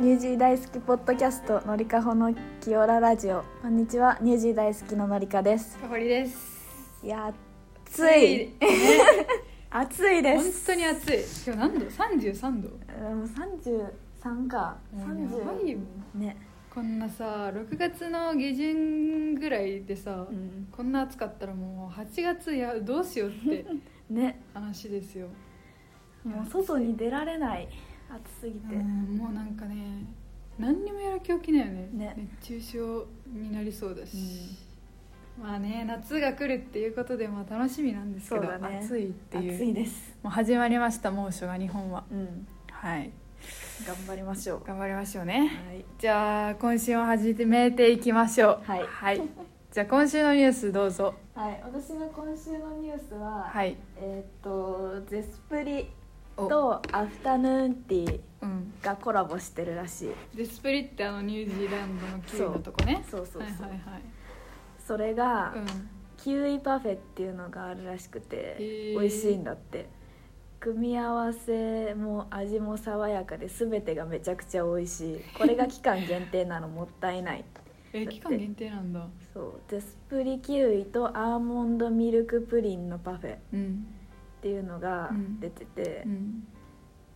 ニュージー大好きポッドキャストのりかほのきおらラジオこんにちはニュージー大好きののりかですかほりです。いや暑い暑いで本す当に暑い。今日何度？三十三度。うん33かもうやばい30よねこんなさ、六月の下旬ぐらいでさ、うんこんな暑かったらもう八月いやどうしようってね話ですよ。 もう外に出られない暑すぎうてんもうなんかね、何にもやる気起きないよね。ね熱中症になりそうだし。まあね、夏が来るっていうことでまあ楽しみなんですけど、そうだね暑いっていう暑いですもう始まりました猛暑が日本はうんはい頑張りましょう頑張りましょうねはいじゃあ今週も始めていきましょうはいじゃあ今週のニュースどうぞはい私の今週のニュースははいえーっとゼスプリおとアフタヌーンティーうんがコラボしてるらしいデスプリってあのニュージーランドのキウイのとこねそうそうそう、はいはいはいそれが、うんキウイパフェっていうのがあるらしくて、ー美味しいんだって組み合わせも味も爽やかで全てがめちゃくちゃ美味しいこれが期間限定なのもったい ないえ期間限定なんだそうデスプリキウイとアーモンドミルクプリンのパフェっうんていうのがうん出てて、うん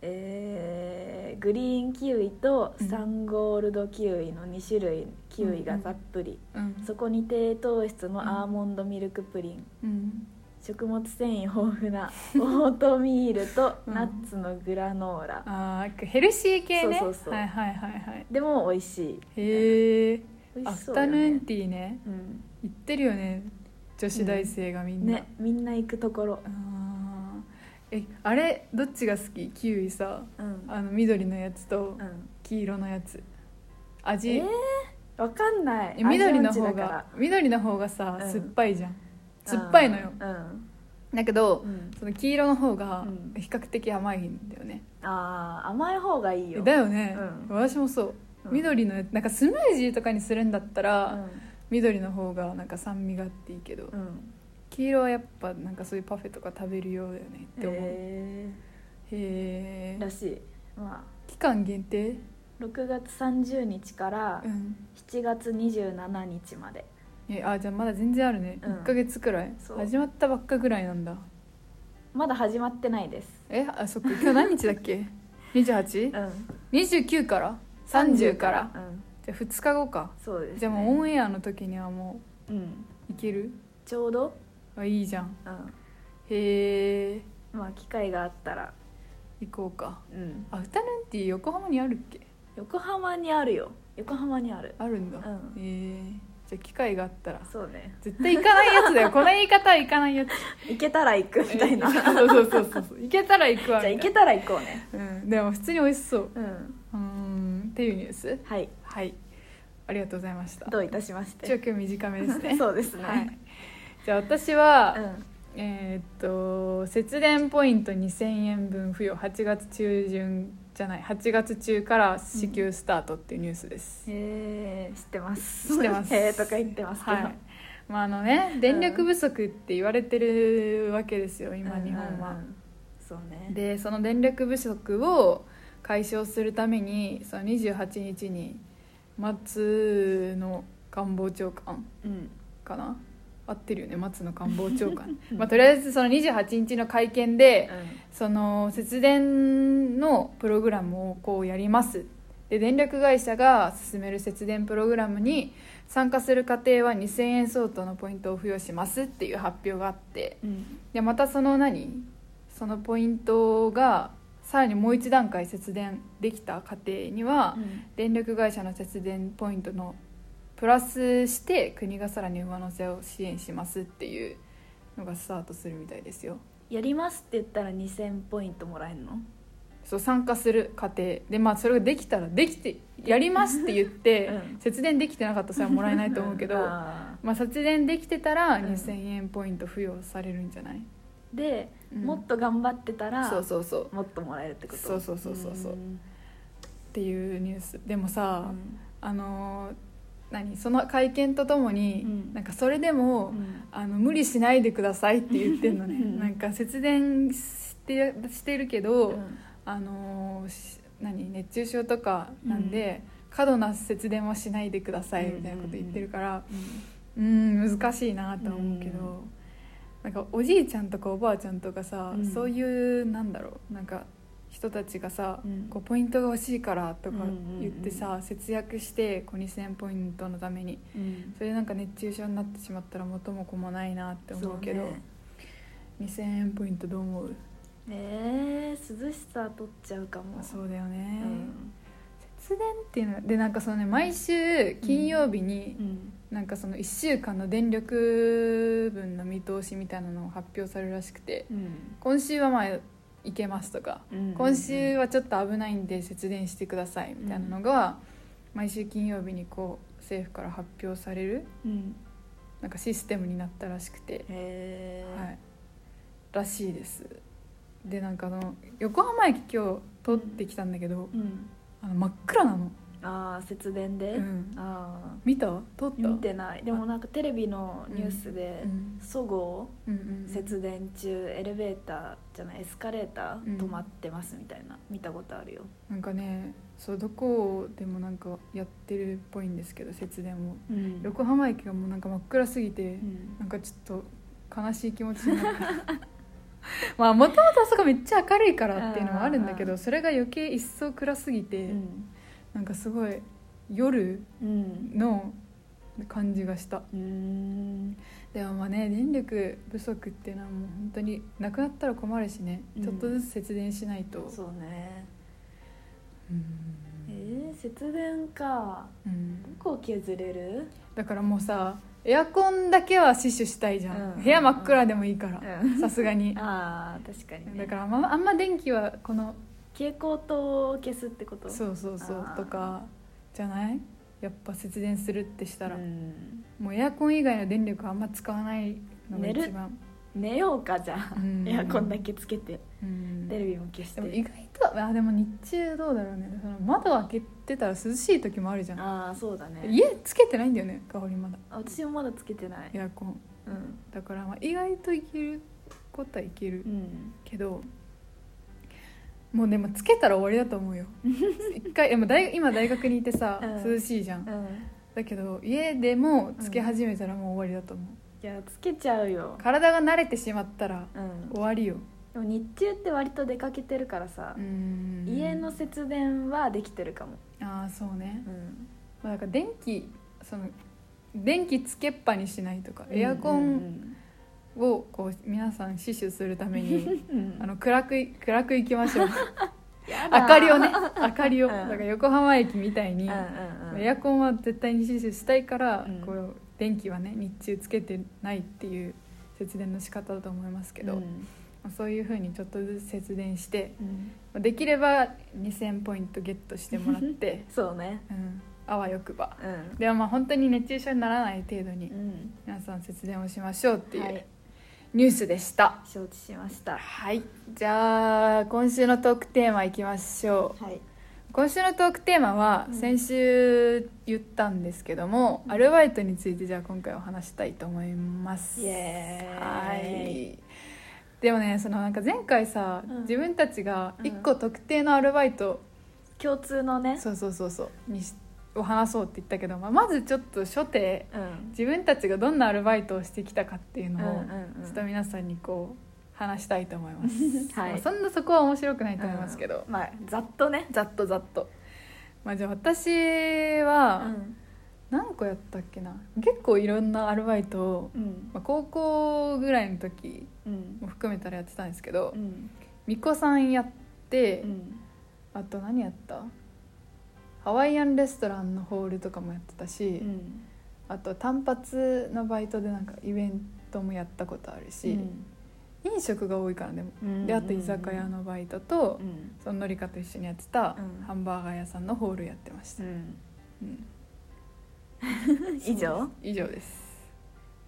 えーグリーンキウイとサンゴールドキウイの2種類キウイがたっぷり、うんそこに低糖質のアーモンドミルクプリン、うん食物繊維豊富 なオートミールとうんナッツのグラノーラ、あーヘルシー系ねそうそうそうはいはいはいはいでも美味しいへえ美ア味しフそうだタよヌーンねティーねうん行ってるよね女子大生がみんな、ねみんな行くところあーえあれどっちが好きキウイさうんあの緑のやつとうん黄色のやつえ味、ー、わかんないえ緑の味音方痴だからが緑の方がさ、うん酸っぱいじゃん酸っぱいのようん、だけど、うんその黄色の方がうん比較的甘いんだよね、あー甘い方がいいよだよね、う私もそううん緑のやつなんかスムージーとかにするんだったうら、ん、緑の方がなんか酸味があっていいけど、うん、黄色はやっぱなんかそういうパフェとか食べるようだよねって思うへええー、らしいま期間限定あ6月30日からうん7月27日までえあじゃあまだ全然あるね、うん1ヶ月くらいそう始まったばっかぐらいなんだまだ始まってないですえ あそっか今日何日だっけ 28?29 んから30からうん、じゃあ2日後かそうです、ね、じゃあもうオンエアの時にはもうん、ういけるちょうど、あいいじゃんうん、へえまあ機会があったら、行こうかうん、アフタヌーンティー横浜にあるっけ横浜にあるよ横浜にあるあるんだ、うんへえじゃあ機会があったらそうね絶対行かないやつだ よこの言い方は行かないやつ行けたら行くみたいな えじゃ そうそうそうそうそう行けたら行くわあみ行たけいたら行こうねなうん、でも普通に美味しそううんうーんっていうニュースはいはいありがとうございましたどういたしまして一応今日短 めですねそうですね、はい、じゃあ私は、うんえーっと節電ポイント2000円分付与8月中旬じゃない8月中から支給スタートっていうニュースです、えー、知ってます知ってますへーとか言ってますけど、はいまああのね電力不足って言われてるわけですよ今日本は、うんうんうんそうねでその電力不足を解消するためにその28日に松野官房長官うんかな合ってるよね松野官房長官、まあ、とりあえずその28日の会見で、その節電のプログラムをこうやりますで電力会社が進める節電プログラムに参加する家庭は2000円相当のポイントを付与しますっていう発表があってうんうんでまたその何そのポイントがさらにもう一段階節電できた家庭には、うん電力会社の節電ポイントのプラスして国がさらに上乗せを支援しますっていうのがスタートするみたいですよやりますって言ったら2000ポイントもらえるのそう参加する家庭でまあそれができたらできてやりますって言って、うん節電できてなかったらそれはもらえないと思うけどあまあ節電できてたらうん2000円ポイント付与されるんじゃない、ーで、うんもっと頑張ってたらそうそうそうもっともらえるってことそうそうそうそうそうんっていうニュースでもうさ、んあのー何その会見とともに、うんなんかそれでも、うんあの無理しないでくださいって言ってんのねうんなんか節電してしてるけど、うんあのーし何熱中症とかなんで、過度な節電はしないでくださいみたいなこと言ってるからうん難しいなとは思うけど、なんかおじいちゃんとかおばあちゃんとかさ、うんそういうなんだろうなんか人たちがさ、うんこうポイントが欲しいからとか言ってさ、うん節約してこう2,000ポイントのためにうんそれでなんか熱中症になってしまったら元も子もないなって思うけどそうね2,000ポイントどう思う、えー、涼しさ取っちゃうかもまあ、そうだよね、うん節電っていうのでなんかそのね毎週金曜日にうんなんかその1週間の電力分の見通しみたいなのを発表されるらしくてうん今週はまあいけますとかうん今週はちょっと危ないんで節電してくださいみたいなのが毎週金曜日にこう政府から発表されるうんなんかシステムになったらしくて、へえ、はい、らしいですでなんかあの横浜駅今日通ってきたんだけどうんあの真っ暗なの、ああ節電で、うん、あ見た通ったあ見てないでもなんかテレビのニュースでうんそごううんうん節電中エレベーターじゃないエスカレータうんー止まってますみたいな見たことあるよなんかねそうどこでもなんかやってるっぽいんですけど節電もうん横浜駅がもうなんか真っ暗すぎて、うんなんかちょっと悲しい気持ちになった まあもともとあそこめっちゃ明るいからっていうのはあるんだけうどそれが余計一層暗すぎて、うんなんかすごい夜うんの感じがしたうんでもまあね電力不足っていうのはもう本当になくなったら困るしね、うんちょっとずつ節電しないとそうねうんえー、節電かうんどこ削れるだからもうさエアコンだけは死守したいじゃん、うん部屋真っ暗でもいいからうんさすがに あー確かにねだからあん,、まあんま電気はこの蛍光灯を消すってことそうそうそうあーとかじゃないやっぱ節電するってしたら、うんもうエアコン以外の電力はあんま使わないのが一番寝ようかじゃあ、うんエアコンだけつけてうんテでレビも消しても意外とあでも日中どうだろうねその窓開けてたら涼しい時もあるじゃんああそうだね家つけてないんだよね香りまだ私もまだつけてないエアコンうんだからまあ意外といけることはいけるうんけどもうでもつけたら終わりだと思 うよ一回でも大今大学にいてさ、うん涼しいじゃんうんだけど家でもつけ始めたらもう終わりだと思う、いやつけちゃうよ体が慣れてしまったらうん終わりよでも日中って割と出かけてるからさ、うん家の節電はできてるかも、ああそうねう、ん、まあ、だから電気その電気つけっぱにしないとか、エアコうンんをこう皆さん死守するた めにうんあの暗くい暗く行き ましょうやだー明かりをね明かりを、うんだから横浜駅みたいうんに、うんうんエアコンは絶対に死守したいから、うんこう電気はね日中つけてないっていう節電の仕方だと思いますけど、うんまあそういうふうにちょっとずつ節電してうんまあできれば2000ポイントゲットしてもら って、そうねうん、あわよくばうんではまあ本当に熱中症にならない程度にうん皆さん節電をしましょうっていはういニュースでした承知しましたはい、じゃあ今週のトークテーマいきましょうはい今週のトークテーマはうん先週言ったんですけども、アルバイトについてじゃあ今回お話したいと思いますイエーイはいでもねそのなんか前回さ、うん自分たちが1個特定のアルバイト、共通のねそうそうそうそうにしを話そうって言ったけど、まあ、まずちょっと初手うん自分たちがどんなアルバイトをしてきたかっていううのを、んうんうんちょっと皆さんにこう話したいと思います、 はいまあそんなそこは面白くないと思いますけど、うんまあざっとねざっとざっとまあじゃあ私うはん何個やったっけな結構いろんなアルバイトを、うんまあ、高校ぐらいの時うんも含めたらやってたんですけどうん巫女さんやって、うんあと何やったハワイアンレストランのホールとかもやってたし、うんあと単発のバイトでなんかイベントもやったことあるし、飲食が多いからでも、うんであと居酒屋のバイトと、うんそののりかと一緒にやってたうんハンバーガー屋さんのホールやってましたう、んうん以上以上です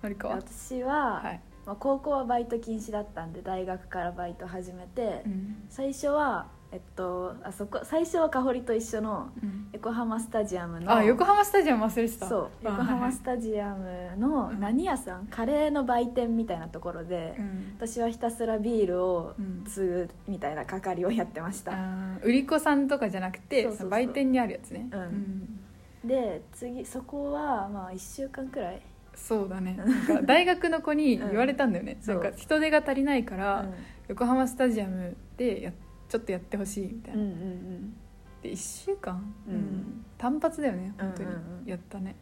のりかは私は、はい、まあ、高校はバイト禁止だったんで大学からバイト始めて、うん最初は、ええっとあそこ最初は香りと一緒のうん横浜スタジアムのあ横浜スタジアム忘れてたそうあ横浜スタジアムの何屋さんカレーの売店みたいなところではいはいうん私はひたすらビールをうん継ぐみたいな係をやってましたあー売り子さんとかじゃなくてそうそうそうその売店にあるやつねうんで次そこはまあ1週間くらい、そうだねなんか大学の子に言われたんだよね、うんなんか人手が足りないかうんら、横浜スタジアムでやちょっとやってほしいみたいうんうな、んうんで1週間、うん単発だよね本当に、うんうんうんやったね、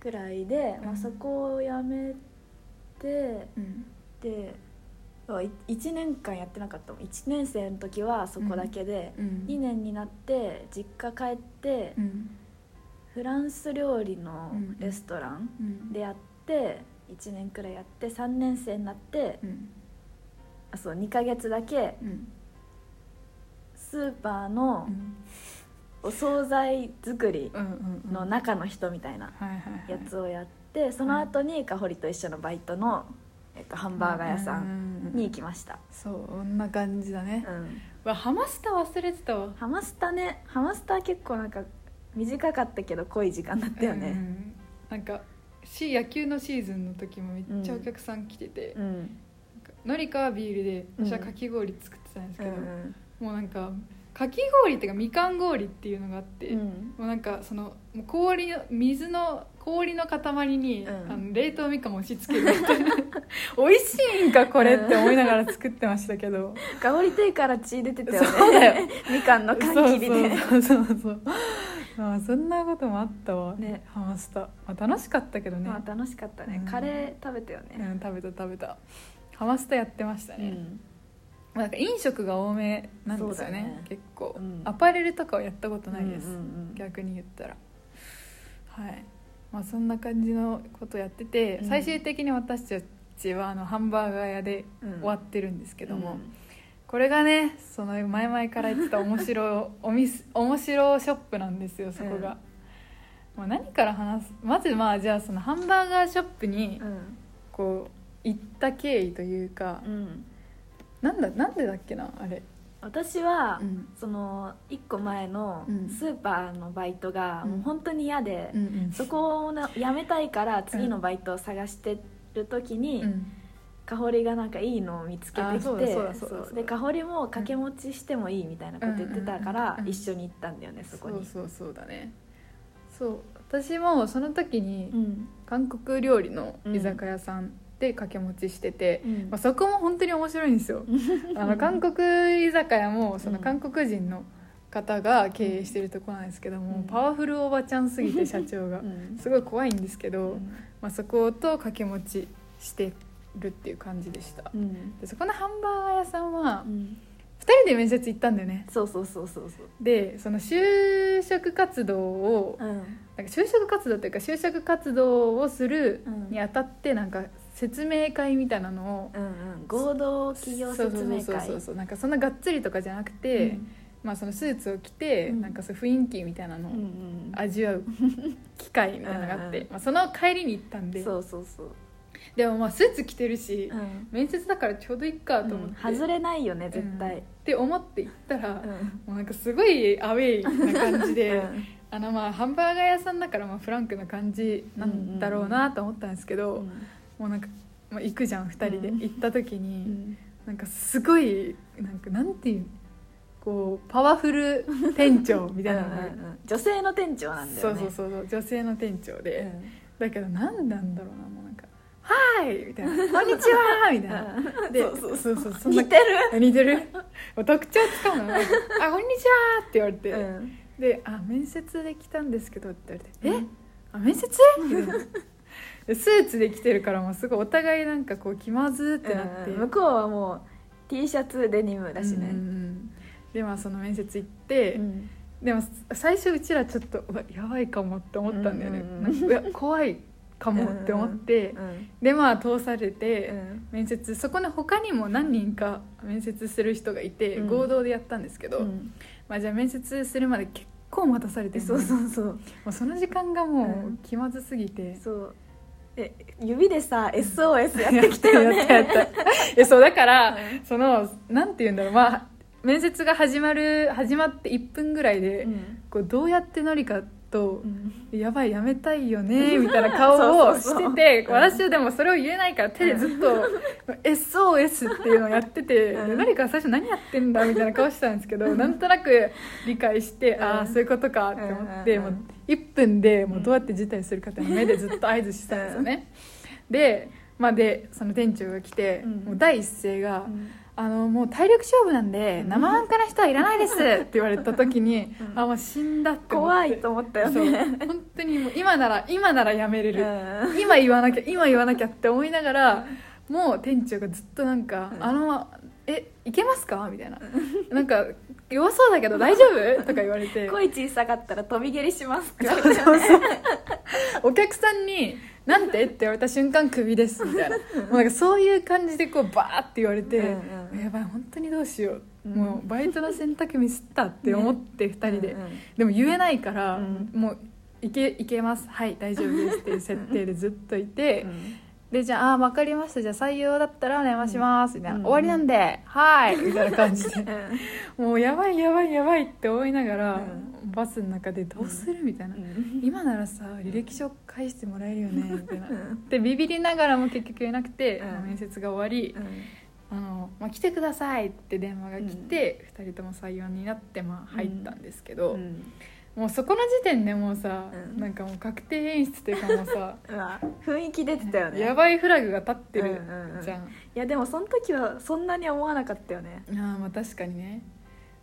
くらいで、まうあ、んそこをやめてうんで1年間やってなかったもん1年生の時はそこだけで、うん2年になって実家帰って、うんフランス料理のうんレストランうんでやって1年くらいやって3年生になってうんあそう2ヶ月だけうんスーパーのうんお惣菜作りうんうんうんの中の人みたいなはいはいはいやつをやってその後にかほりと一緒のバイトの、えっと、ハンバーガー屋さんうに行きました、そうこんな感じだねう、ん、わハマスタ忘れてたわハマスタねハマスタ結構なんか短かったけど濃い時間だったようんうねんなんかし野球のシーズンの時もめっちゃお客さん来てて、うん、うんのりかはビールでうん私はかき氷作ってたんですうけど、んもうなんかかき氷っていうかみかん氷っていうのがあって、うんもうなんかそのもう氷の水の氷の塊に、うんあの冷凍みかんを押し付けるみたいな 美味しいんかこれって思いながら作ってましたけどかほり亭から血出てたよねそうだよ みかんの缶切りでそうそうそうそうあーそんなこともあったわ、ねハマスタ、まあ、楽しかったけどね、まあ楽しかったね、うんカレー食べたようね、ん、食べた食べたハマスタやってましたうね、んまあ、なんか飲食が多めなんですよそうだねね結構、うんアパレルとかはやったことないです、うんうんうん逆に言ったらはいまあそんな感じのことやってて、うん最終的に私たちはあのハンバーガー屋でうん終わってるんですけども、うんこれがねその前々から言ってた面白いお店 面白ショップなんですよそこが、もう何から話すまずまあじゃあそのハンバーガーショップにうんこう行った経緯というか、うんなんだなんでだっけなあれ私は、うんその1個前のうんスーパーのバイトがうんもう本当に嫌で、そこをな辞めたいから次のバイトを探してる時に、うん香りがなんかいいのを見つけてあきそうだてそうだそうだそうそうでだ香りも掛け持ちしてもいいみたいなこと言ってたから、うんうんうん一緒に行ったんだよねそこにそうそうそうだねそう私もその時にうん韓国料理の居酒屋さんで掛け持ちしてて、うんまあ、そこも本当に面白いんですよ あの韓国居酒屋もその韓国人の方が経営してるとこなんですけども、うんパワフルおばちゃんすぎて社長うが、んすごい怖いんですけうど、んまあ、そこと掛け持ちしてるっていう感じでしたうんでそこのハンバーガー屋さんはうん2人で面接行ったんだよねそうそうそうそうそうでその就職活動をうんなんか就職活動というか就職活動をするうんにあたってなんか説明会みたいなのをうんうん合同企業説明そうそうそう会そうなんかそんながっつりとかじゃなくて、まあ、そのスーツを着て、うんなんかそういう雰囲気みたいなのうんうをん味わう機会みたいなのがあってうんうまあ、その帰りに行ったうんんでそうそうそうでもまあスーツ着てるし、うん面接だからちょうどいいかと思って、外れないよね絶うんっ対て思って行ったら、うもんうなんかすごいアウェイな感じで。うんあのまあハンバーガー屋さんだからまあフランクな感じなんだろうなと思ったんですけど、もうなんか、まあ、行くじゃん2人で、うん行った時うに、んなんかすごいなんかなんていうこうパワフル店長みたいなの うがんうんうん女性の店長なんだそようねそうそうそう女性の店長で、だけど何なんだろうなもうなんか「はーい!」みたいな「 こんにちは!」みたいなでそうそうそうそうんな似てる似てる特徴つかむ の「あこんにちは!」って言われて、うんで「あ面接で来たんですけど」って言わうれてん「えあ面接?」みたいなでスーツで来てるからもうすごいお互いなんかこう気まずーってなって、うん向こうはもう T シャツデニムだしうんうんうねんでまあその面接行って、うんでも最初うちらちょっとうわやばいかもって思ったんだよね、うんうんうんなんかうわ怖いかもって思って、うんでまあ通されて、うん面接そこの他にも何人か面接する人がいて、うん合同でやったんですけど、うんまあ、じゃあ面接するまで結構待たされてでるそうそうそうもうその時間がもうんう気まずすぎて、そうえ指でさ SOS やってきたよねやったやったやったえそうだから、うんそのなんて言うんだろうまあ面接が始まる始まって1分ぐらいで、うんこうどうやってのりかとう、んやばいやめたいよねみたいな顔をそうそうしそうててうん私はでもそれを言えないから手でずっと「SOS」っていうのをやっててうんで何か最初何やってんだみたいな顔してたんですけどなんとなく理解してうんああそういうことかって思ってうんうんもううん1分でもうどうやって辞退するかっていうのを目でずっと合図してたんですよね。でまあ、でその店長が来て、うんもう第一声が、あのもう体力勝負なんで生半可な人はいらないですって言われた時に、うんあもう死んだって思って怖いと思ったよそうね本当にもう今なら今ならやめれうる、ん今言わなきゃ今言わなきゃって思いながらもう店長がずっとなんか「うんあのえいけますか?」みたいな「なんか弱そうだけど大丈夫?」とか言われて声小さかったら飛び蹴りしますって言われそうたよそうねそうお客さんに「なんて?」って言われた瞬間「クビです」みたいなもうなんかそういう感じでこうバーって言われて、うんうんやばい本当にどうしよう、うんもうバイトの選択ミスったって思って2人で、うんうんでも言えないから、うんもういけいけますはい大丈夫ですっていう設定でずっといて、うんでじゃああ分かりましたじゃあ採用だったらお願いしますみたいな、うん終わりなんで、はいみたいな感じ でうもうやばいやばいやばいって思いながら、うバスの中でどうするみたいな、ん今ならさ履歴書返してもらえるよ ねみたいな、うんでビビりながらも結局言えなくて、うん面接が終わり、あのまあ、来てくださいって電話が来て、二2人とも採用になって、まあ、入ったんですけど、うんもうそこの時点でもうさ、うんなんかもう確定演出というかも うさうわ雰囲気出てたよねやばいフラグが立ってうるんうんうんじゃん,、いやでもその時はそんなに思わなかったよねああまあ確かにね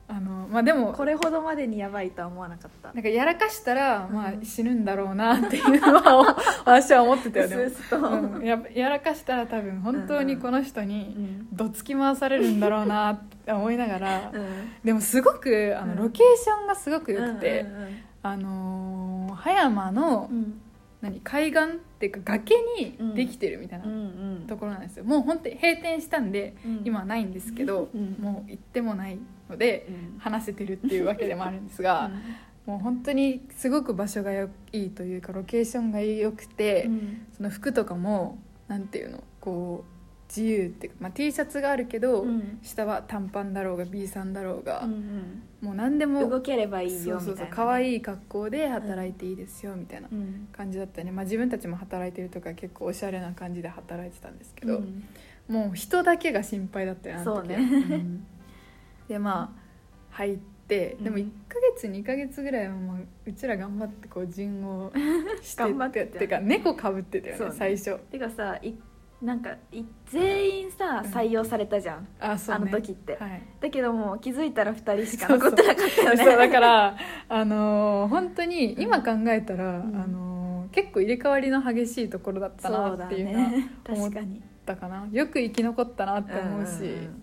あのまあでもこれほどまでにやばいとは思わなかったなんかやらかしたら、まうんあ、死ぬんだろうなっていうのは 私は思ってたよねうすうすとうん、ややらかしたら多分本当にこの人うにんどつき回されるんだろうなって思いながら、うんでもすごくあうのんロケーションがすごく良くて、うんあのー葉山のうんうん何海岸っていうか崖にできてるみたいなうんうんところなんですよもう本当に閉店したんでうん今はないんですけど、うんもう行ってもないのでうん話せてるっていうわけでもあるんですが、もう本当にすごく場所がよいいというかロケーションが良くて、うんその服とかもなんていうのこう自由っていうか、まあ、T シャツがあるけど、うん下は短パンだろうが B さんだろうが、うんもう何でうもん動ければいいそようみそたいうなそう可愛いい格好で働いていいですよみたいな感じだったね、まあ、自分たちも働いてるとか結構おしゃれな感じで働いてたんですけど、もう人だけが心配だったよあの時そうねうんでまあ入ってでもうん1ヶ月2ヶ月ぐらいはもううちら頑張ってこう順をし て頑張っててか猫かぶってたよそねうね最初てかさいなんかい全員さうん採用されたじゃんあそう、あね、の時って はいだけどもう気づいたら2人しかそうそ残うってなかったよねそうだからあのー本当に今考えたうら、んあのー結構入れ替わりの激しいところだったなそうっだていうのはね思っ確かにたかなよく生き残ったなって思うし、んんん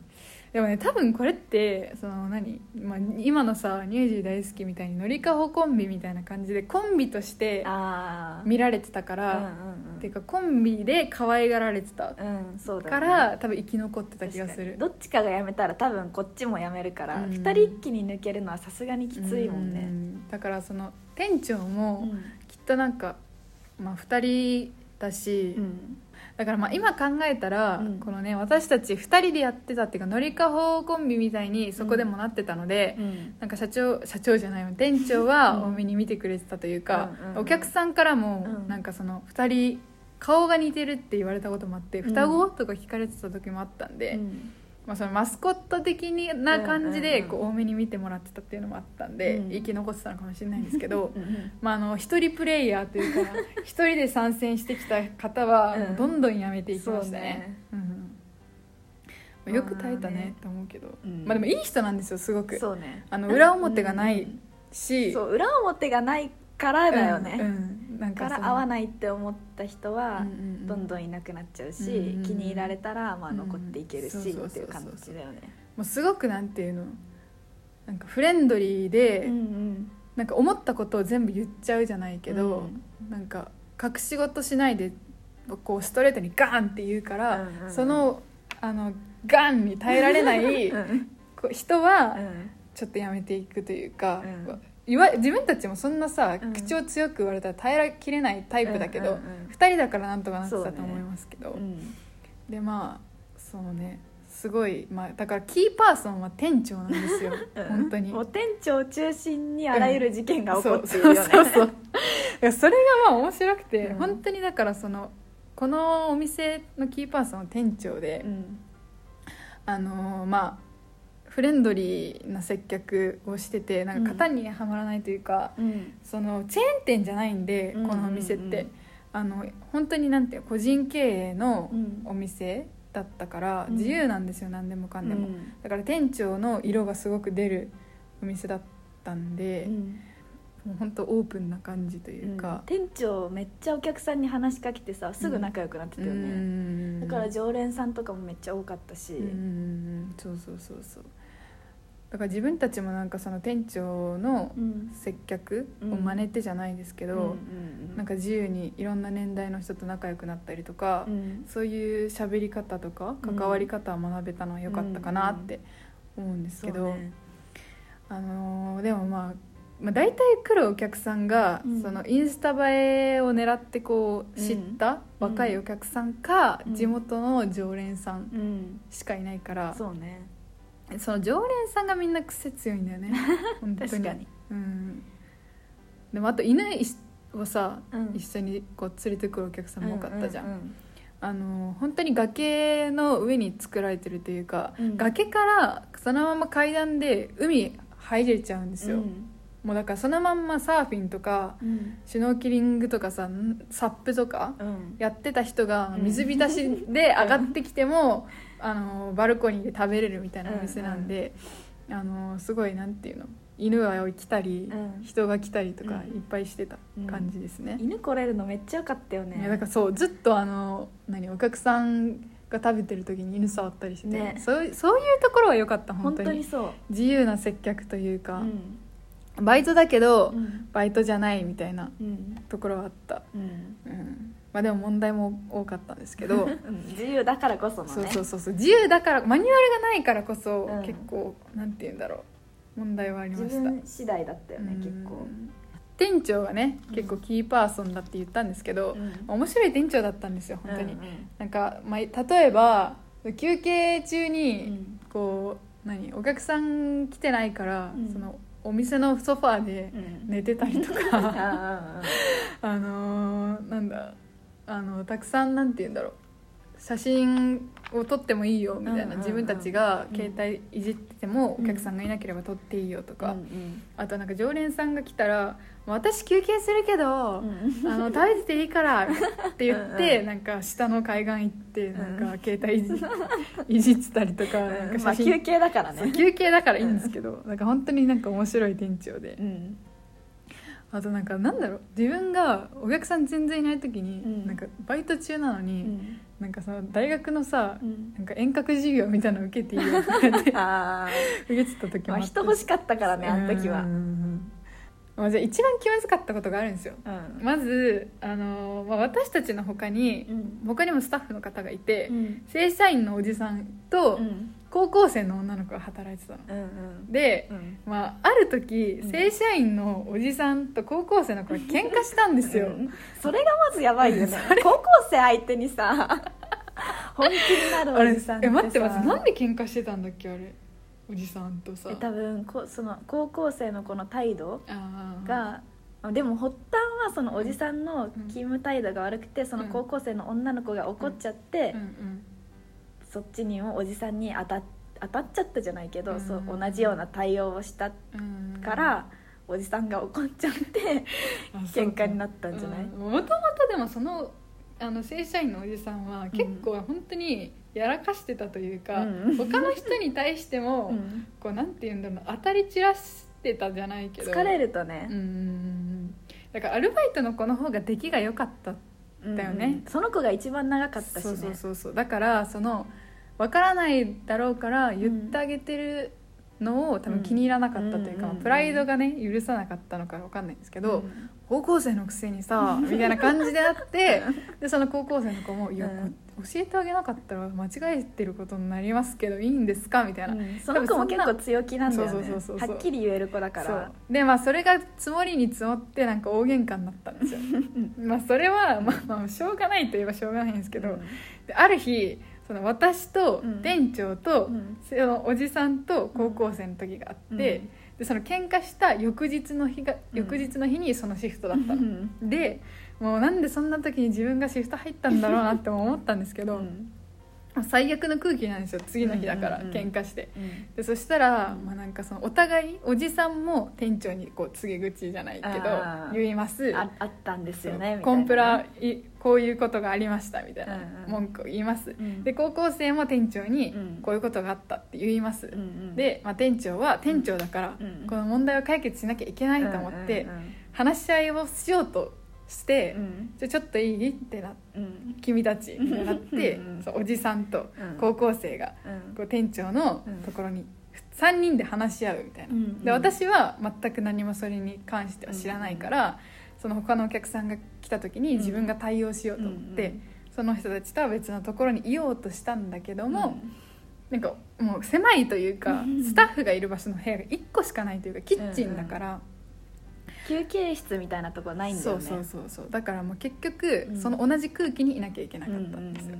でもね多分これってその何、まあ、今のさ乳児大好きみたいにのりかほコンビみたいな感じでコンビとしてああ見られてたから、うんうんっていうかコンビで可愛がられてたうんうんそうだねから、多分生き残ってた気確がかするにどっちかが辞めたら多分こっちも辞めるから、うん二人一気に抜けるのはさすがにきついもんうね、だからその店長うもんきっとなんか、まあ、2人だし、うんだからまあ今考えたら、うんこのね私たち2人でやってたっていうかのりかほコンビみたいにそこでもなってたので、うんなんか社長社長じゃないよ店長うはん多めに見てくれてたというか、うんうんうんお客さんからもうんなんかその2人顔が似てるって言われたこともあってん双子とか聞かれてた時もあったんで、うんまあ、そのマスコット的な感じうんでうんうんこう多めに見てもらってたっていうのもあったんで、うん生き残ってたのかもしれないんですけどうん まああの一人プレイヤーというか一人で参戦してきた方はうんどんどんやめていきましたね,、うんまあよく耐えたねと思うけど、うんまあ、でもいい人なんですよすごく。そうねあの裏表がないし、そう裏表がないからだよね、うんうんなんかかそのら合わないって思った人はうんうんうんどんどんいなくなっちゃうし、うんうん気に入られたらまあうん残っていけるしそっうそうそうそうていう感じだよね、もうすごくなんていうのなんかフレンドリーで、うんなんか思ったことを全部言っちゃうじゃないけど、うなんか隠し事しないでこうストレートにガーンって言うから、うんうんうんそのあのガンに耐えられないうんうんこう人はうんちょっとやめていくというか、うんこう言わ自分たちもそんなさ、うん口を強く言われたら耐えらきれないタイプだけうんど、うんうん二人だからなんとかなってたと思いますけど、うんでまあそうねすごい、まあ、だからキーパーソンは店長なんです ようん本当にもう店長を中心にあらゆる事件が起こっているそようね、そう そうそういやそれがまあ面白くて、うん本当にだからそのこのお店のキーパーソンは店長で、うんあのーまあフレンドリーな接客をしててなんか型にはまらないというか、うんそのチェーン店じゃないんでうんこのお店って、うんうんあの本当になんていうの個人経営のうんお店だったから、うん自由なんですよ何でもかんでも、うんだから店長の色がすごく出るお店だったんで、もう本当オープンな感じといううんか、店長めっちゃお客さんに話しかけてさすぐ仲良くなってたよね、ねだから常連さんとかもめっちゃ多かったし、うんうんうんそうそうそうそうだから自分たちもなんかその店長のうん接客を真似てじゃないですけど、なんか、か自由にいろんな年代の人と仲良くなったりとか、うんそういう喋り方とかうん関わり方を学べたのは良かったかなって思うんですけど、そうねあのーでもまあまあ、大体来るお客さんが、うんそのインスタ映えを狙ってこううん知った若いお客さんか、うん地元の常連さんうんしかいないから、そうねその常連さんがみんな癖強いんだよね本当 に確かにうん、でもあと犬をさ、うん一緒にこう連れてくるお客さんも多かったじゃん,、ううんあの本当に崖の上に作られてるというか、うん崖からそのまま階段で海入れちゃうんですよ、うんもうだからそのまんまサーフィンとかうんシュノーキリングとかさんサップとかうんやってた人がうん水浸しで上がってきても、あのバルコニーで食べれるみたいなお店なんで、あのすごいなんていうの犬が来たり、うん人が来たりとかうんいっぱいしてた感じですね、犬来れるのめっちゃ良かったよねいやだからそうずっとあの何お客さんが食べてる時に犬触ったりしてて、ねそういそういうところは良かった本本当当ににそう自由な接客というかう、んバイトだけど、うんバイトじゃないみたいなうんところはあった、うんうんまあ、でも問題も多かったんですけ どうん自由だからこそのねそうそうそうそう自由だからマニュアルがないからこそ、うん結構なんて言うんだろう問題はありま自した分次第だったよねうん結構店長がねうん結構キーパーソンだって言ったんですけうど、ん面白い店長だったんですよ本当に、うんうんなんか、まあ、例えば休憩中に、うんこう何お客さん来てないから、うんそのお店のソファーでうん寝てたりと あか、ああああのーなんだあのたくさんなんて言うんだろう写真を撮ってもいいよみたいな、うんうんうん自分たちが携帯いじってても、お客さんがいなければ撮っていいよとか、うんうんあとなんか常連さんが来たら「私休憩するけど、うんあの食べてていいから」って言ってうんうんなんか下の海岸行ってなんうか携帯いじいじってたりとかなんかまあ写真、休憩だからそうね休憩だからいいんですけど、なんか本当になんか面白い店長で。うんあとなんかなんだろう自分がお客さん全然いない時に、うんなんかバイト中なのうに、んなんかその大学のさ、うんなんか遠隔授業みたいなの受けていいよと か言ってああ受けてた時もまああったし人欲しかったからねあの時はうんうんうんまあ、じゃあ一番気まずかったことがあるんですようんまず、あのーまあ、私たちの他に、うん他にもスタッフの方がいて、うん正社員のおじさんとうん高校生の女の子が働いてたの、うんで、うんまあ、ある時うん正社員のおじさんと高校生の子が喧嘩したんですよ、うんそれがまずやばいよね高校生相手にさ本気になあるれおじさんえ待って待ってなんんで喧嘩してたんだっけあれおじさんとさえ多分こその高校生の子の態度あーが、でも発端はそのおじさんの勤務態度が悪くて、その高校生の女の子が怒っちゃって、うんうんそっちにもおじさんに当た当たっちゃったじゃないけど、うんそう同じような対応をしたうんから、おじさんが怒っちゃってあそう喧嘩になったんじゃない、うんもともとでもそのあの正社員のおじさんは結構本当にやらかしてたというか、うん他の人に対しても、うん こうなんて言うんだろうな当たり散らしてたじゃないけど疲れるるとねうんうん、うん、だからアルバイトの子の方が出来が良かったうんだよねその子が一番長かったしねそうそうそうそうだからその分からないだろうから言ってあげてるのを多分気に入らなかったといううか、んうんプライドがね許さなかったのか分かんないんですけど、うん高校生のくせにさみたいな感じであって でその高校生の子も「いや、うんこ教えてあげなかったら間違えてることになりますけどいいんですか?」みたいな。うんその子も結構強気なんだよねそうそうそうそうはっきり言える子だかそらうでまあそれが積もりに積もってなんか大喧嘩になったんですよまあそれはまあまあしょうがないといえばしょうがないんですけど、うんである日その私とうん店長と、うんそのおじさんと高校生の時があって、うんでその喧嘩した翌日の日がうん翌日の日にそのシフトだったうの、んでもうなんでそんな時に自分がシフト入ったんだろうなって思ったんですけうど、んもう最悪の空気なんですよ次の日だから、うんうんうん喧嘩してうんでそしたら、まあ、なんかそのお互いおじさんも店長にこう告げ口じゃないけどあー言います ああったんですよねみたいなコンプラいこういうことがありましたみたいなうんうん文句を言います、うんで高校生も店長にうんこういうことがあったって言います、うんうんで、まあ、店長は店長だから、うんこの問題を解決しなきゃいけないと思って、うん話し合いをしようとして、うんじゃあちょっといいってなうん君たちになってうんうんそうおじさんとうん高校生がうんこう店長のところに3人で話し合うみたいな、うんうんで私は全く何もそれに関しては知らないから、その他のお客さんが来た時に自分が対応しようと思って、うんうんその人たちとは別のところにいようとしたんだけども、なんかもう狭いというか、うんうんスタッフがいる場所の部屋が1個しかないというかキッチンだから、休憩室みたいなとこないんだそようねそうそうそうだからもう結局、うんその同じ空気にいなきゃいけなかうっんたうんんですよ、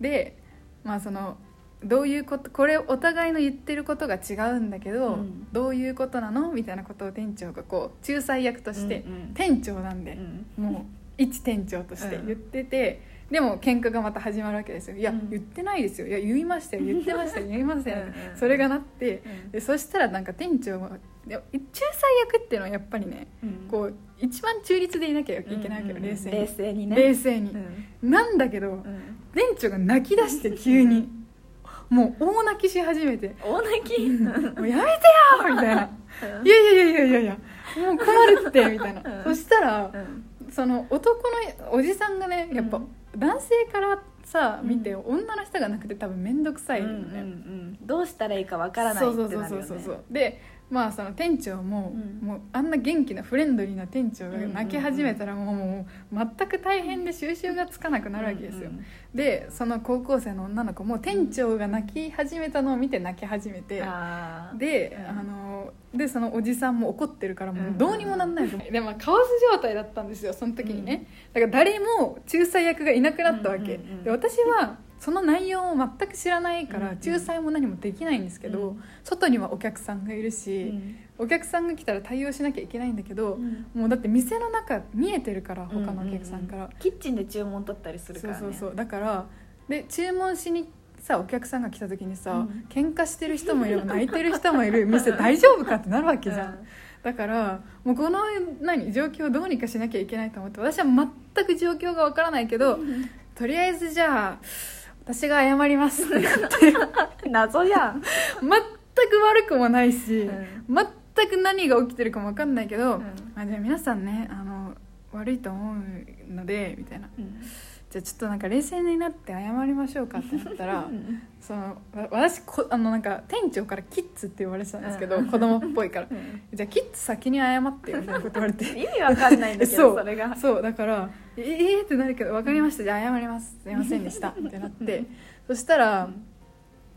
でまあそのどういうことこれお互いの言ってることが違うんだけど、うんどういうことなのみたいなことを店長がこう仲裁役として、うんうん店長なんでう、んもう一店長として言ってて、でも喧嘩がまた始まるわけですよ「いや、うん言ってないですよいや言いましたよ言ってましたよ言いましたようんうんう」んそれがなって、うんでそしたらなんか店長がいや仲裁役っていうのはやっぱりねうんこう一番中立でいなきゃいけないわけど、うんうん冷静に冷静にね冷静に、うんなんだけど、うん店長が泣き出して急にもう大泣きし始めて大泣き「もうやめてよ!」みたいな「うんいやいやいやいやいやいやもう困るって」みたいな、うんそしたらうんその男のおじさんがねやっぱうん男性からさうん見て、女の人がなくて多分面倒くさいよね、うんうんうんどうしたらいいかわからないそうってそなるうそようねそうそうでまあその店長も、うんもうあんな元気なフレンドリーな店長が泣き始めたらもう,、もう全く大変で収拾がつかなくなるわけですよ、うんでその高校生の女の子も店長が泣き始めたのを見て泣き始めて、あーで,、うんあのでそのおじさんも怒ってるからもううんどうにもなんないと思う、でまあカオス状態だったんですよその時にね、だから誰も仲裁役がいなくなったわけ、うんうんうんで私はその内容を全く知らないかうらんうん仲裁も何もできないんですけど、うん外にはお客さんがいるし、お客さんが来たら対応しなきゃいけないんだけど、うんもうだって店の中見えてるから他のお客さんから、ううキッチンで注文取ったりするからねそうそうそうだからで注文しにさお客さんが来た時にさ、うん喧嘩してる人もいれば泣いてる人もいる店大丈夫かってなるわけじゃん、うんだからもうこの何状況をどうにかしなきゃいけないと思って私は全く状況がわからないけど、とりあえずじゃあ私が謝 りますって全謎じゃんく悪くもないし、うん全く何が起きてるかもわかんないけうど、んあじゃあ皆さんねあの悪いと思うのでみたいなじゃあちょっとなんか冷静になって謝りましょうかってなったらそのわ私こあのなんか店長からキッズって言われてたんですけど、うん子供っぽいからうんじゃあキッズ先に謝ってよみたいなこと言われて意味わかんないんだけそどうそれがそうだから「ええーってなるけど「分かりましたじゃあ謝りますすいませんでした」ってなってそしたら、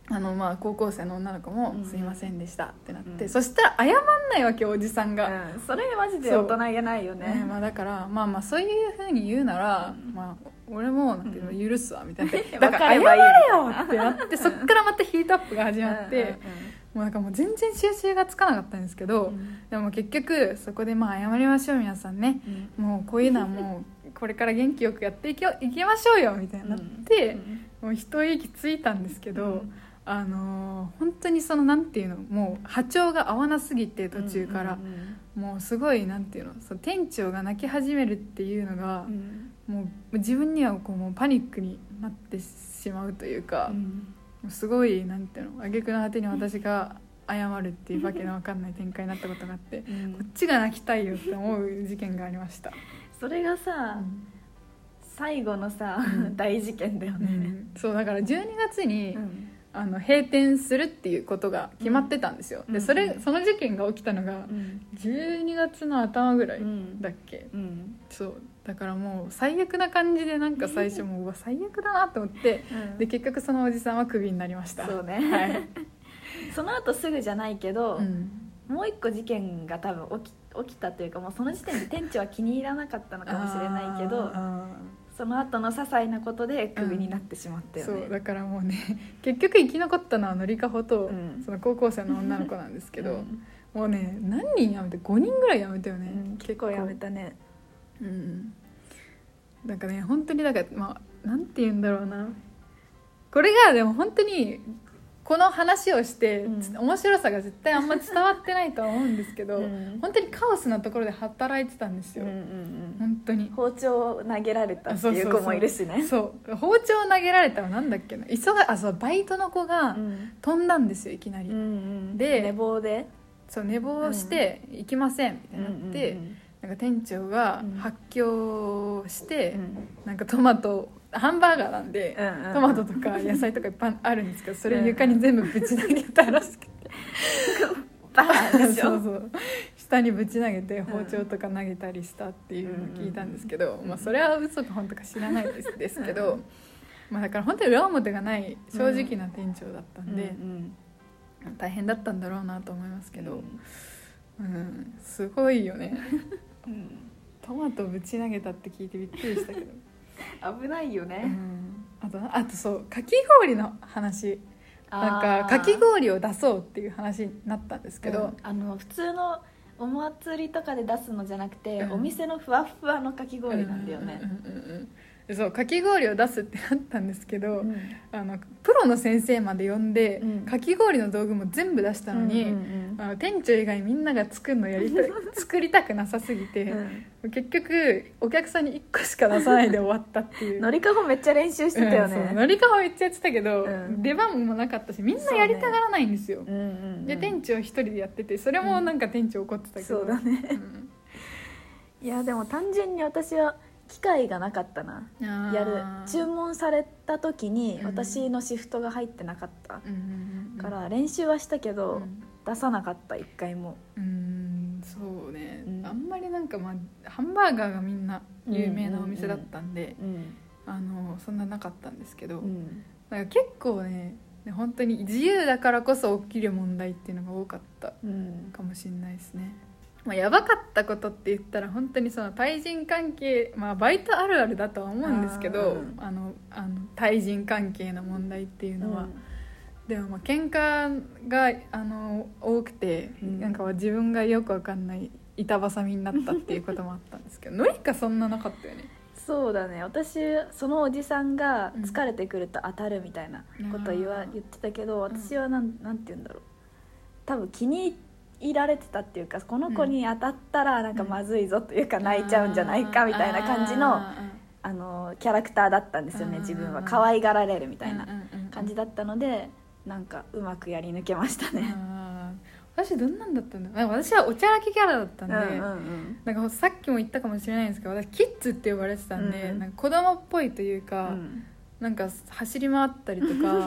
あのまあ高校生の女の子もうん「すいませんでした」ってなって、うんそしたら謝んないわけおじさんが。うんそれマジで大人げないよねねまあ、だからまあまあそういうふうに言うなら、うんまあ、俺もなんていうの許すわみたいな、うん だから謝分かれればいいよってなってそっからまたヒートアップが始まって、もうなんかもう全然収集がつかなかったんですけど、うんうんうんでも結局そこでまあ謝りましょう皆さんねうんもうこういうのはも うこれから元気よくやっていきよいきましょうよみたいになって、うんもう一息ついたんですけど、うんあのー本当にそのなんていうのもう波長が合わなすぎて途中から。うんもうすごいなんていうのそう店長が泣き始めるっていうのがう、んもう自分にはこうもうパニックになってしまうというかう、んもうすごいなんていうの挙句の果てに私が謝るっていうわけのわかんない展開になったことがあって、うこんっちが泣きたいよって思う事件がありました、それがさうん最後のさうん大事件だよねそうだから12月に、うんあの閉店するっていうことが決まってたんですよ、うんでそれうんその事件が起きたのうがん12月の頭ぐらいうんだっけ、うんそうだからもう最悪な感じでなんか最初もううわ最悪だなと思ってうんで結局そのおじさんはクビになりましたそうね はい、その後すぐじゃないけどうん、もう一個事件が多分起き起きたというかもうその時点で店長は気に入らなかったのかもしれないけどあーその後の些細なことでクビになってしまったよそね、うだからもうね 結局生き残ったのはのりかほと、うんその高校生の女の子なんですけど、うんもうね何人辞めて5人ぐらい辞めたよね、うん結構やめたねうんなんかね本当になんかまあなんて言うんだろうなこれがでも本当にこの話をして、うんつ面白さが絶対あんま伝わってないとは思うんですけど、うん本当にカオスなところで働いてたんですうんよ、うんうん本当に包丁を投げられたってそういそううそう子もいるしねそう包丁投げられたらなんだっけな急があそうバイトの子がうん飛んだんですよいきなり、うんうんで寝坊でそう寝坊して行きませんみたいになって、なんか店長が発狂して、なんかトマトハンバーガーなんで、うんうんトマトとか野菜とかいっぱいあるんですけどそれ床に全部ぶち投げたらしくて、バーンでしょそうそう下にぶち投げて包丁とか投げたりしたっていうのを聞いたんですけど、まあ、それは嘘か本当か知らないですですけど、うんまあ、だから本当に裏表がない正直な店長だったんで、うん大変だったんだろうなと思いますけうどん、うん、すごいよね うんトマトぶち投げたって聞いてびっくりしたけど。危ないようねんあとあとそうかき氷の話なんあかーかき氷を出そうっていう話になったんですけど、うんあの普通のお祭りとかで出すのじゃなくて、うんお店のふわっふわのかき氷なんだよね、うんうんうんうんでそうかき氷を出すってなったんですけど、うんあのプロの先生まで呼んで、うんかき氷の道具も全部出したのに、うんうんあの店長以外みんなが作るのや りたい作りたくなさすぎて、うん結局お客さんに1個しか出さないで終わったってい ううんのりかごめっちゃ練習してたよね、うんそうのりかごめっちゃやってたけど、うん出番もなかったしみんなやりたがらないんですうよ、んうんうんで店長一人でやっててそれもなんか店長怒ってたけど、そうだねうん、いやでも単純に私は機会がなかったなやる注文された時にうん私のシフトが入ってなかった、文から練習はしたけうど、ん、出さなかった一回もうんそうね、うんあんまりなんか、まあ、ハンバーガーがみんな有名なお店だったんで、うんあのそんななかったんですけど、うんなんか結構ねね本当に自由だからこそ起きる問題っていうのが多かったうんかもしれないですね、まあ、やばかったことって言ったら本当にその対人関係、まあ、バイトあるあるだとは思うんですけあどーあのあの対人関係の問題っていうのは、でもまあ喧嘩があの多くて、うんなんか自分がよくわかんない板挟みになったっていうこともあったんですけどのりかそんななかったよねそうだね私そのおじさんが疲れてくると当たるみたいなこと言わ、うん言ってたけど私はなんなんて言うんだろう多分気に入られてたっていうかこの子に当たったらなんかまずいぞというか泣いちゃうんじゃないかみたいな感じのああのキャラクターだったんですようねん自分は可愛がられるみーたいなうんうんうん感じだったのでなんかうまくやり抜けましたね。あー私どんなんだったんだなんか私はおちゃらけキャラだったんうんで、うんなんかさっきも言ったかもしれないんですけど私キッズって呼ばれてたんで、うんなんか子供っぽいといううか、んなんか走り回ったりとか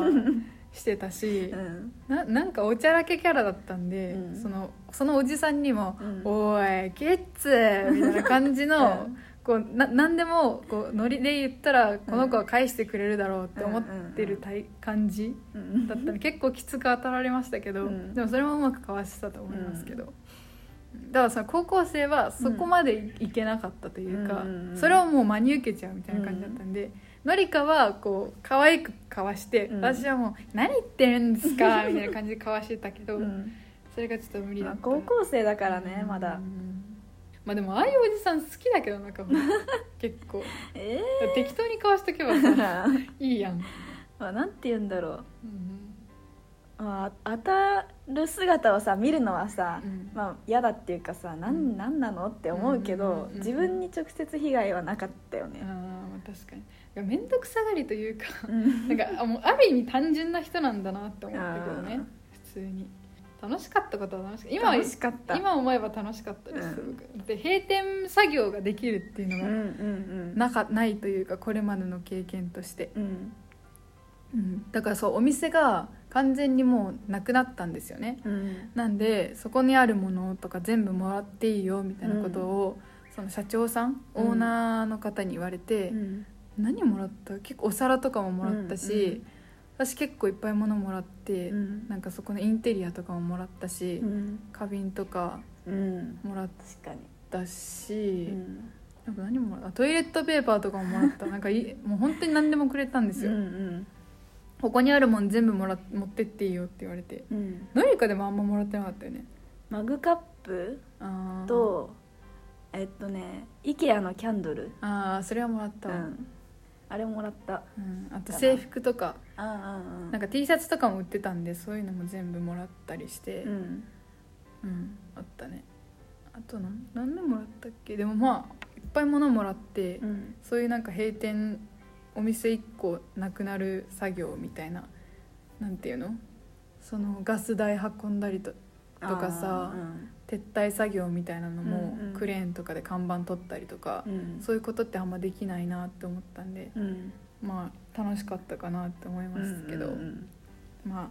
してたしう、んななんかおちゃらけキャラだったんで、うんそのそのおじさんにも「うんおいキッズ!」みたいな感じの、 うんこうな何でもこうノリで言ったらこの子は返してくれるだろうって思ってるたい感じうんだったので結構きつく当たられましたけど、うんでもそれもうまくかわしてたと思いますけど、だからその高校生はそこまでいけなかったというか、うんうんうんそれをもう真に受けちゃうみたいな感じだったんで、のりかはこう可愛くかわして、うん私はもう「何言ってるんですか」みたいな感じでかわしてたけど、うんそれがちょっと無理だまっあた高校生だからねまだう。んまあでもああいうおじさん好きだけどなんか結構えー適当にかわしとけばさ いいやん、うんまあ、なんて言うんだろうんう、まあ、当たる姿をさ見るのはさ、うんまあ、嫌だっていうかさなんなんなのって思うけど、うんうんうんうん自分に直接被害はなかったよあーね、まあ確かにいや面倒くさがりというか うんなんかあもうある意味単純な人なんだなって思ったけどあねー普通に楽しかったことは楽しかった今は楽しかった今思えば楽しかったです、うんすごくで閉店作業ができるっていううんのうんが、なかないというかこれまでの経験として、うんうんうんだからそうお店が完全にもうなくなったんですよねうんなんでそこにあるものとか全部もらっていいよみたいなことを、その社長さんうんオーナーの方に言われて、うん何もらった結構お皿とかももらったし、私結構いっぱい物もらって、うんなんかそこのインテリアとかももらったし、うん花瓶とかうんもらっ確かに、たし、うんなんか何もらったトイレットペーパーとかもも らったなんかいもう本当に何でもくれたんですうよ、んここにあるもん全部もら持ってっていいよって言われてうんうんどれかでもあんまもらってなかったよねマグカップあーとえっとね IKEA のキャンドル、あーそれはもらっうたわ、うんん、あれもらったあと制服とかああなんか T シャツとかも売ってたんでそういうのも全部もらったりしてう、んうんあったねあと何何でもらったっけでもまあいっぱい物もらって、うんそういうなんか閉店お店1個なくなる作業みたいななんていうのそのガス代運んだりととかさあ撤退作業みたいなのも、うんうんクレーンとかで看板取ったりとかー、うんそういうことってあんまできないなって思ったんでうんうんまあ楽しかったかなって思いますけど、うんうんまあ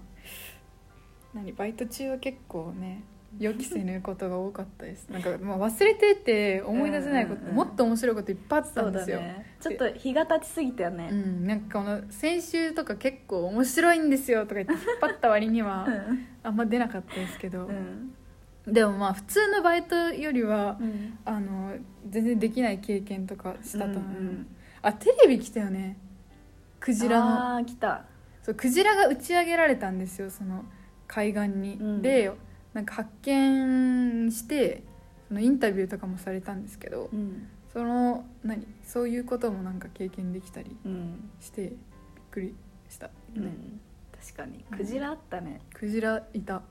何バイト中は結構ね予期せぬことが多かっ たですなんかもう忘れてて思い出せないこうんと、うんうんもっと面白いこといっぱいあったそんうでだすよ、ねちょっと日が経ちすぎたようね、ん、なんかこの先週とか結構面白いんですよとか言って引っ張った割にはあんま出なかったですけどう、んでもまあ普通のバイトよりはうんあの全然できない経験とかしたと思う、うんうんあテレビ来たよねクジラのああー来たそうクジラが打ち上げられたんですよその海岸に、うんでなんか発見してそのインタビューとかもされたんですけどうんその何そういうこともなんか経験できたりうん、してびっくりした、うん、確かにクジラあったね、クジラいた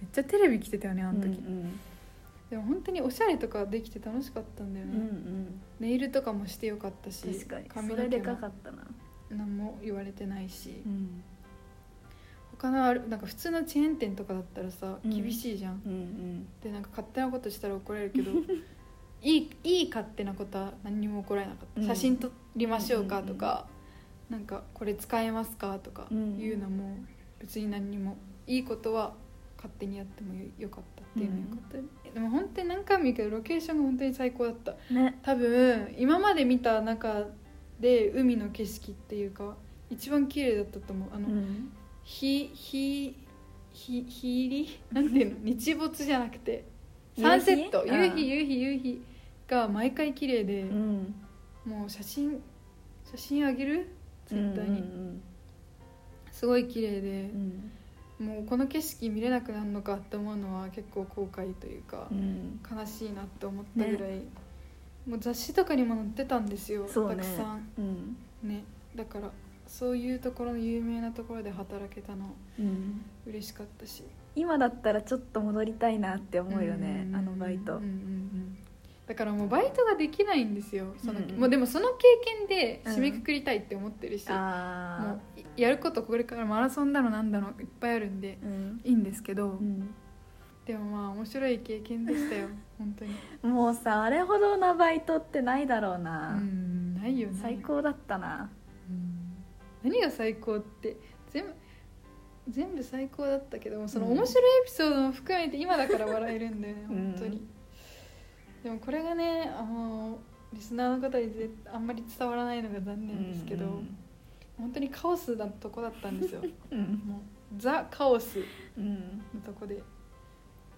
めっちゃテレビ来てたよねあの時、うんでも本当におしゃれとかできて楽しかったんだようんねう、んネイルとかもしてよかったしうん、確かに髪それでの毛かかもったな、何も言われてないし、ん他のあるなんか普通のチェーン店とかだったらさうん厳しいじゃん、うんうん、でなんか勝手なことしたら怒られるけど いいいい勝手なことは何にも怒られなかった、うん写真撮りましょうかとか、なんかこれ使えますかとかうんいうのも別に何にもいいことは勝手にやってもよかったっていうのはよかった、でも本当に何回も言うけどロケーションが本当に最高だったね多分今まで見た中で海の景色っていうか一番綺麗だったと思うあうの、んひひひ日入りなんていう の日没じゃなくて夕日サンセットうん夕日夕日夕日が毎回綺麗で、うんもう写真写真あげる絶対に、うんすごい綺麗でうんうんもうこの景色見れなくなるのかって思うのは結構後悔というかう、ん悲しいなって思ったぐらい、もう雑誌とかにも載ってたんですよ、そうたねくさんうんねだからそういうところの有名なところで働けたのうん嬉しかったし今だったらちょっと戻りたいなって思うよねんあのバイうトんうんうんだからもうバイトができないんですよその、うんうんもうでもその経験で締めくくりたいって思ってるし、あもうやることこれからマラソンだのなんだのいっぱいあるんであうんいいんですけど、うんでもまあ面白い経験でしたよ本当にもうさあれほどなバイトってないだろううな、んないよね最高だったなうん何が最高って全部全部最高だったけどもその面白いエピソードも含めて今だから笑えるんだよね、うん本当にでもこれがねあのリスナーの方にぜあんまり伝わらないのが残念ですけど、うん本当にカオスなとこだったんですよ うんもうザ・カオスうんのとこで、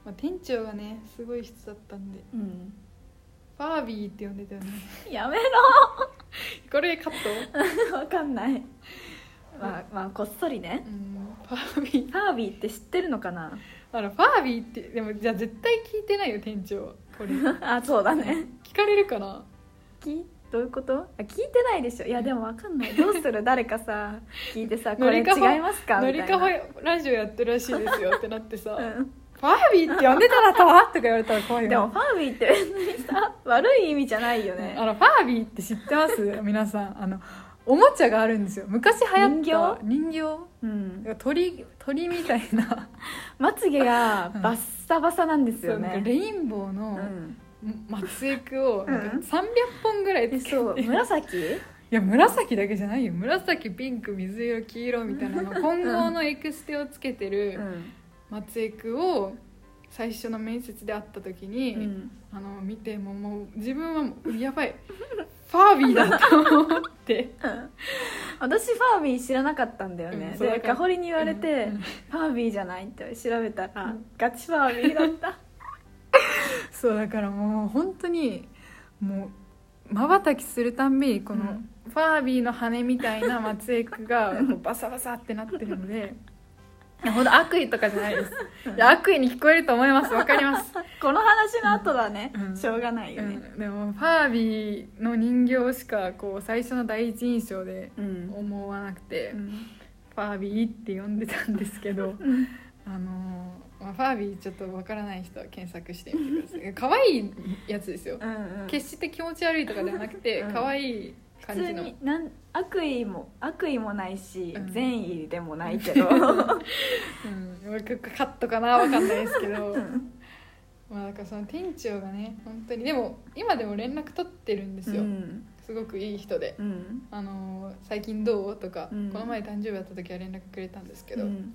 まあ、店長がねすごい人だったんでうんバービーって呼んでたよねやめろ これカット、わかんないまあまあこっそりねうん、バービーハービーって知ってるのかなあのファービーってでもじゃあ絶対聞いてないよ店長これ聞あそうだねかれるかなきどういうことあ聞いてないでしょいやでもわかんないどうする誰かさ聞いてさこのれ違りいかほますかのみりたいかなほラジオやってるらしいですよってなってさ「ファービーって呼ん呼んでたらたわだ」とか言われたら怖いでもよファービーって別に さ悪い意味じゃないよあねのファービーって知ってます皆さんあのおもちゃがあるんですよ昔流行った人形うん鳥鳥みたいなまつげがバッサバサなんですそうよなんかねレインボーうのん松江区をなんかうん300本ぐらいえつけてそう紫いや紫だけじゃないよ紫ピンク水色黄色みたいな の混合のエクステをつけてうるん松江区を最初の面接で会った時に、うんあの見てもうもう自分はもうやばいファービー だと思って私ファービー知らなかったんだようねんそうだでからかほりに言われてうんファービーじゃないって調べたうらんガチファービーだったそうだからもう本当にもうまばたきするたんびにこのうんファービーの羽みたいな松江区 がこうバサバサってなってるのでいやほんと悪意とかじゃないですいや悪意に聞こえると思いますわかります、この話の後だね、うんしょうがないようねん、でもファービーの人形しかこう最初の第一印象でうん、思わなくて、うんファービーって呼んでたんですけ どあのーまあ、ファービーちょっとわからない人は検索してみてください可愛いやつですようんうん決して気持ち悪いとかではなくてうん可愛い普感通じのになん悪意も悪意もないし、うん善意でもないけどうん、カットかなわかんないですけど うんまあだからその店長がね本当にでも今でも連絡取ってるんですよ、うんすごくいい人でう。んあのー最近どうとか、うんこの前誕生日だった時は連絡くれたんですけうど、ん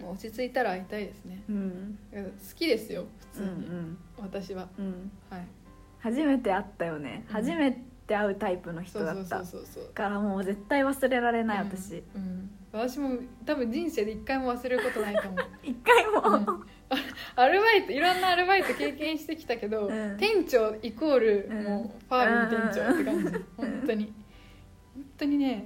もう落ち着いたら会いたいですねうん好きですよう普通に、ん私はうんはい初めて会ったよね、うん初めて会うタイプの人そうだそったうそうそうそうからもう絶対忘れられない、うん私うん、私も多分人生で一回も忘れることないと思う一回も、うん アルバイトいろんなアルバイト経験してきたけど、うん店長イコールうんもうファービー店長って感じ、本当に本当にね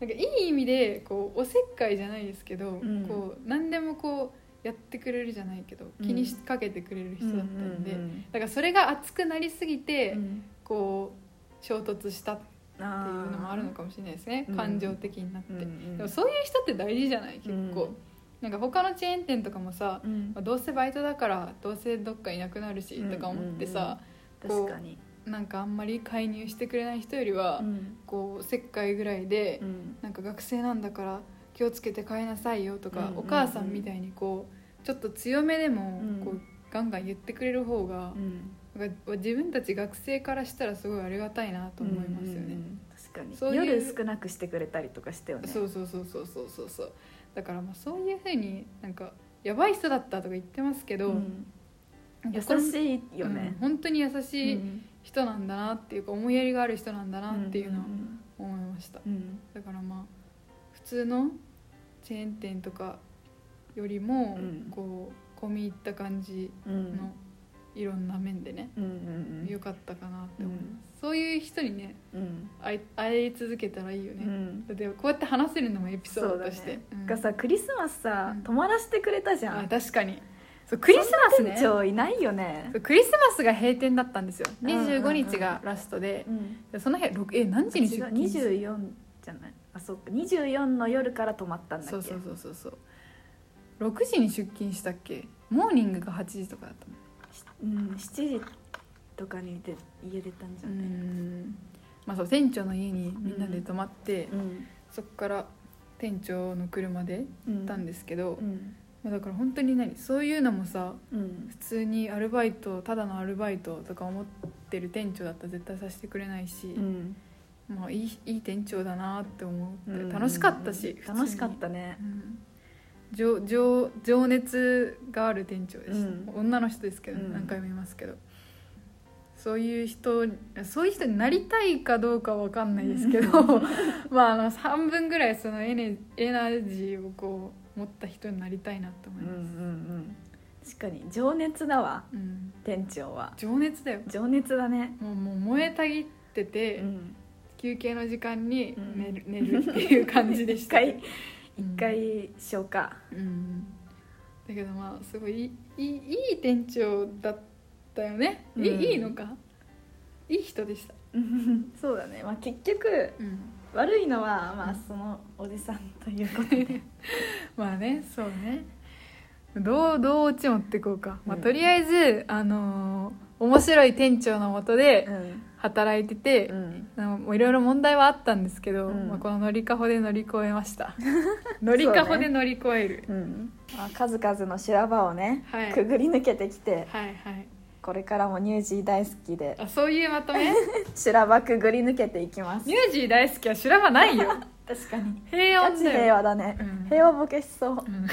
なんかいい意味でこうおせっかいじゃないですけど、んこう何でもこうやってくれるじゃないけどうん気にしかけてくれる人だったんで、うんうんだからそれが熱くなりすぎて、うんこう衝突したっていうあーのもあるのかもしれないですねうん感情的になって、うんうんでもそういう人って大事じゃない結構、なんか他のチェーン店とかもさ、うんまあどうせバイトだからどうせどっかいなくなるしうんとか思ってさ、こう確かになんかあんまり介入してくれない人よりは、うんこうおせっかいぐらいで、うんなんか学生なんだから気をつけて買いなさいよとか、うんうんうんお母さんみたいにこうちょっと強めでもうんこう、ガンガン言ってくれる方がう、んなんか自分たち学生からしたらすごいありがたいなと思いますよね。うんうん確かにそういう夜少なくしてくれたりとかしてよねそうそうそうそうそうそうそうだからまあそういうふうになんかやばい人だったとか言ってますけど、うん優これもしいようんね、本当に優しういん人なんだなっていうか思いやりがある人なんだなっていうのはん思いましたうんうんだからまあ普通のチェーン店とかよりもうんこう込み入った感じうんうんのいろんな面でねうんうん良かったかなって思いますそういう人にねうん会い会い続けたらいいようね、んだってこうやって話せるのもエピソーそうドだとして、ねうんがさクリスマスさうん泊まらせてくれたじゃあん確かにそうクリスマスね店長いないよねそうクリスマスが閉店だったんですようんうんうん25日がラストで、うんでその辺ろくえ何時に出違う勤する24じゃないあそっか24の夜から泊まったんだっけそうそうそうそうそう6時に出勤したっけモーニングが8時とかだったのうん、7時とかにで家出たんじゃうないんまあそう店長の家にみんなで泊まって、うんそっから店長の車で行ったんですけど、うんまあ、だから本当に何そういうのもさうん普通にアルバイトただのアルバイトとか思ってる店長だったら絶対させてくれないし、うんまあ、いいいい店長だなって思って、うん楽しかったし、うん普通に楽しかっ、たねうん情情情熱がある店長でした、うん女の人ですけど、うん何回も言いますけどそういう人そういう人になりたいかどうかわかんないです けどまああの半分ぐらいそのエネエナジーをこう持った人になりたいなとう思んいうんうます、ん確かに情熱だわうん店長は情熱だよ情熱だねもうもう燃えたぎってて、うん休憩の時間にうん寝る,、寝るっていう感じでし 一た回一回消化うんだけどまあすごいいいいいいい店長だったよね、いうんいいいのかいい人でした、そうだねまあ結局悪いのはまあそのおじさんということでまあねそうねどうどう落ち持ってこうか、まあ、うんとりあえず、あのー面白い店長のもとでん働いてて、うんあのもういろいろ問題はあったんですけど、うんまあ、この乗りかほで乗り越えました乗りかほで乗り越える、うんまあ数々の修羅場をねはいくぐり抜けてきてはいはいこれからもニュージー大好きであそういうまとめ修羅場くぐり抜けていきますニュージー大好きは修羅場 ないよ確かに平ガ穏チだよ平和だね、うん平和ボケしそううん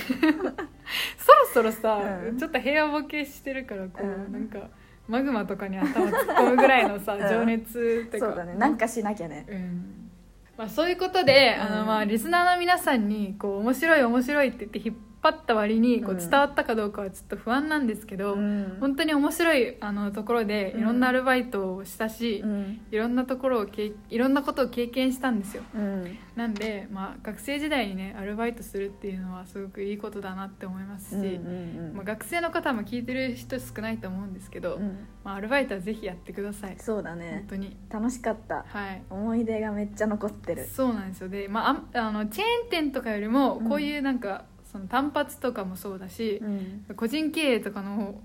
そろそろさ、うんちょっと平和ボケしてるからこう、うんなんかマグマとかに頭突っ込むぐらいのさ、うん情熱ってかそうだねなんかしなきゃねうんまあ、そういうことで、うんあのまあリスナーの皆さんにこう面白い面白いって言って引っ張った割にこううん伝わったかどうかはちょっと不安なんですけど、うん本当に面白いあのところでうんいろんなアルバイトをしたし、うんいろんなところをけいいろんなことを経験したんですようんなんで、まあ、学生時代にねアルバイトするっていうのはすごくいいことだなって思いますし、うんまあ、学生の方も聞いてる人少ないと思うんですけど、うんまあ、アルバイトはぜひやってくださいそうだ本ね当に楽しかったはい思い出がめっちゃ残ってるそうなんですよで、まあ、ああのチェーン店とかよりもうんこういうなんか、その単発とかもそうだしう、ん個人経営とかの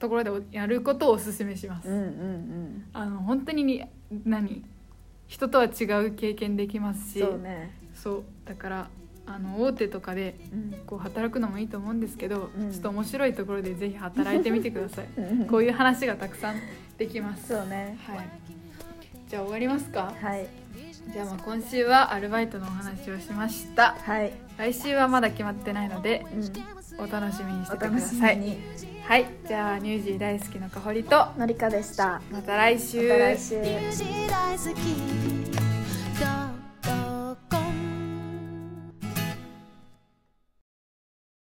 ところでおやることをおすすめします、うんうんあの本当にに何人とは違う経験できますうんしそうねそうだからあの大手とかでうんこう働くのもいいと思うんですけど、うんちょっと面白いところでぜひ働いてみてくださ いうんこういう話がたくさんできますそうねはいじゃあ終わりますかはいじゃあまあ今週はアルバイトのお話をしましたはい来週はまだ決まってないのでうんお楽しみにしおててく楽だしさみいにはいじゃあ乳児大好きのかほりとのりかでしたまた来ま週た来週リュウジ大好き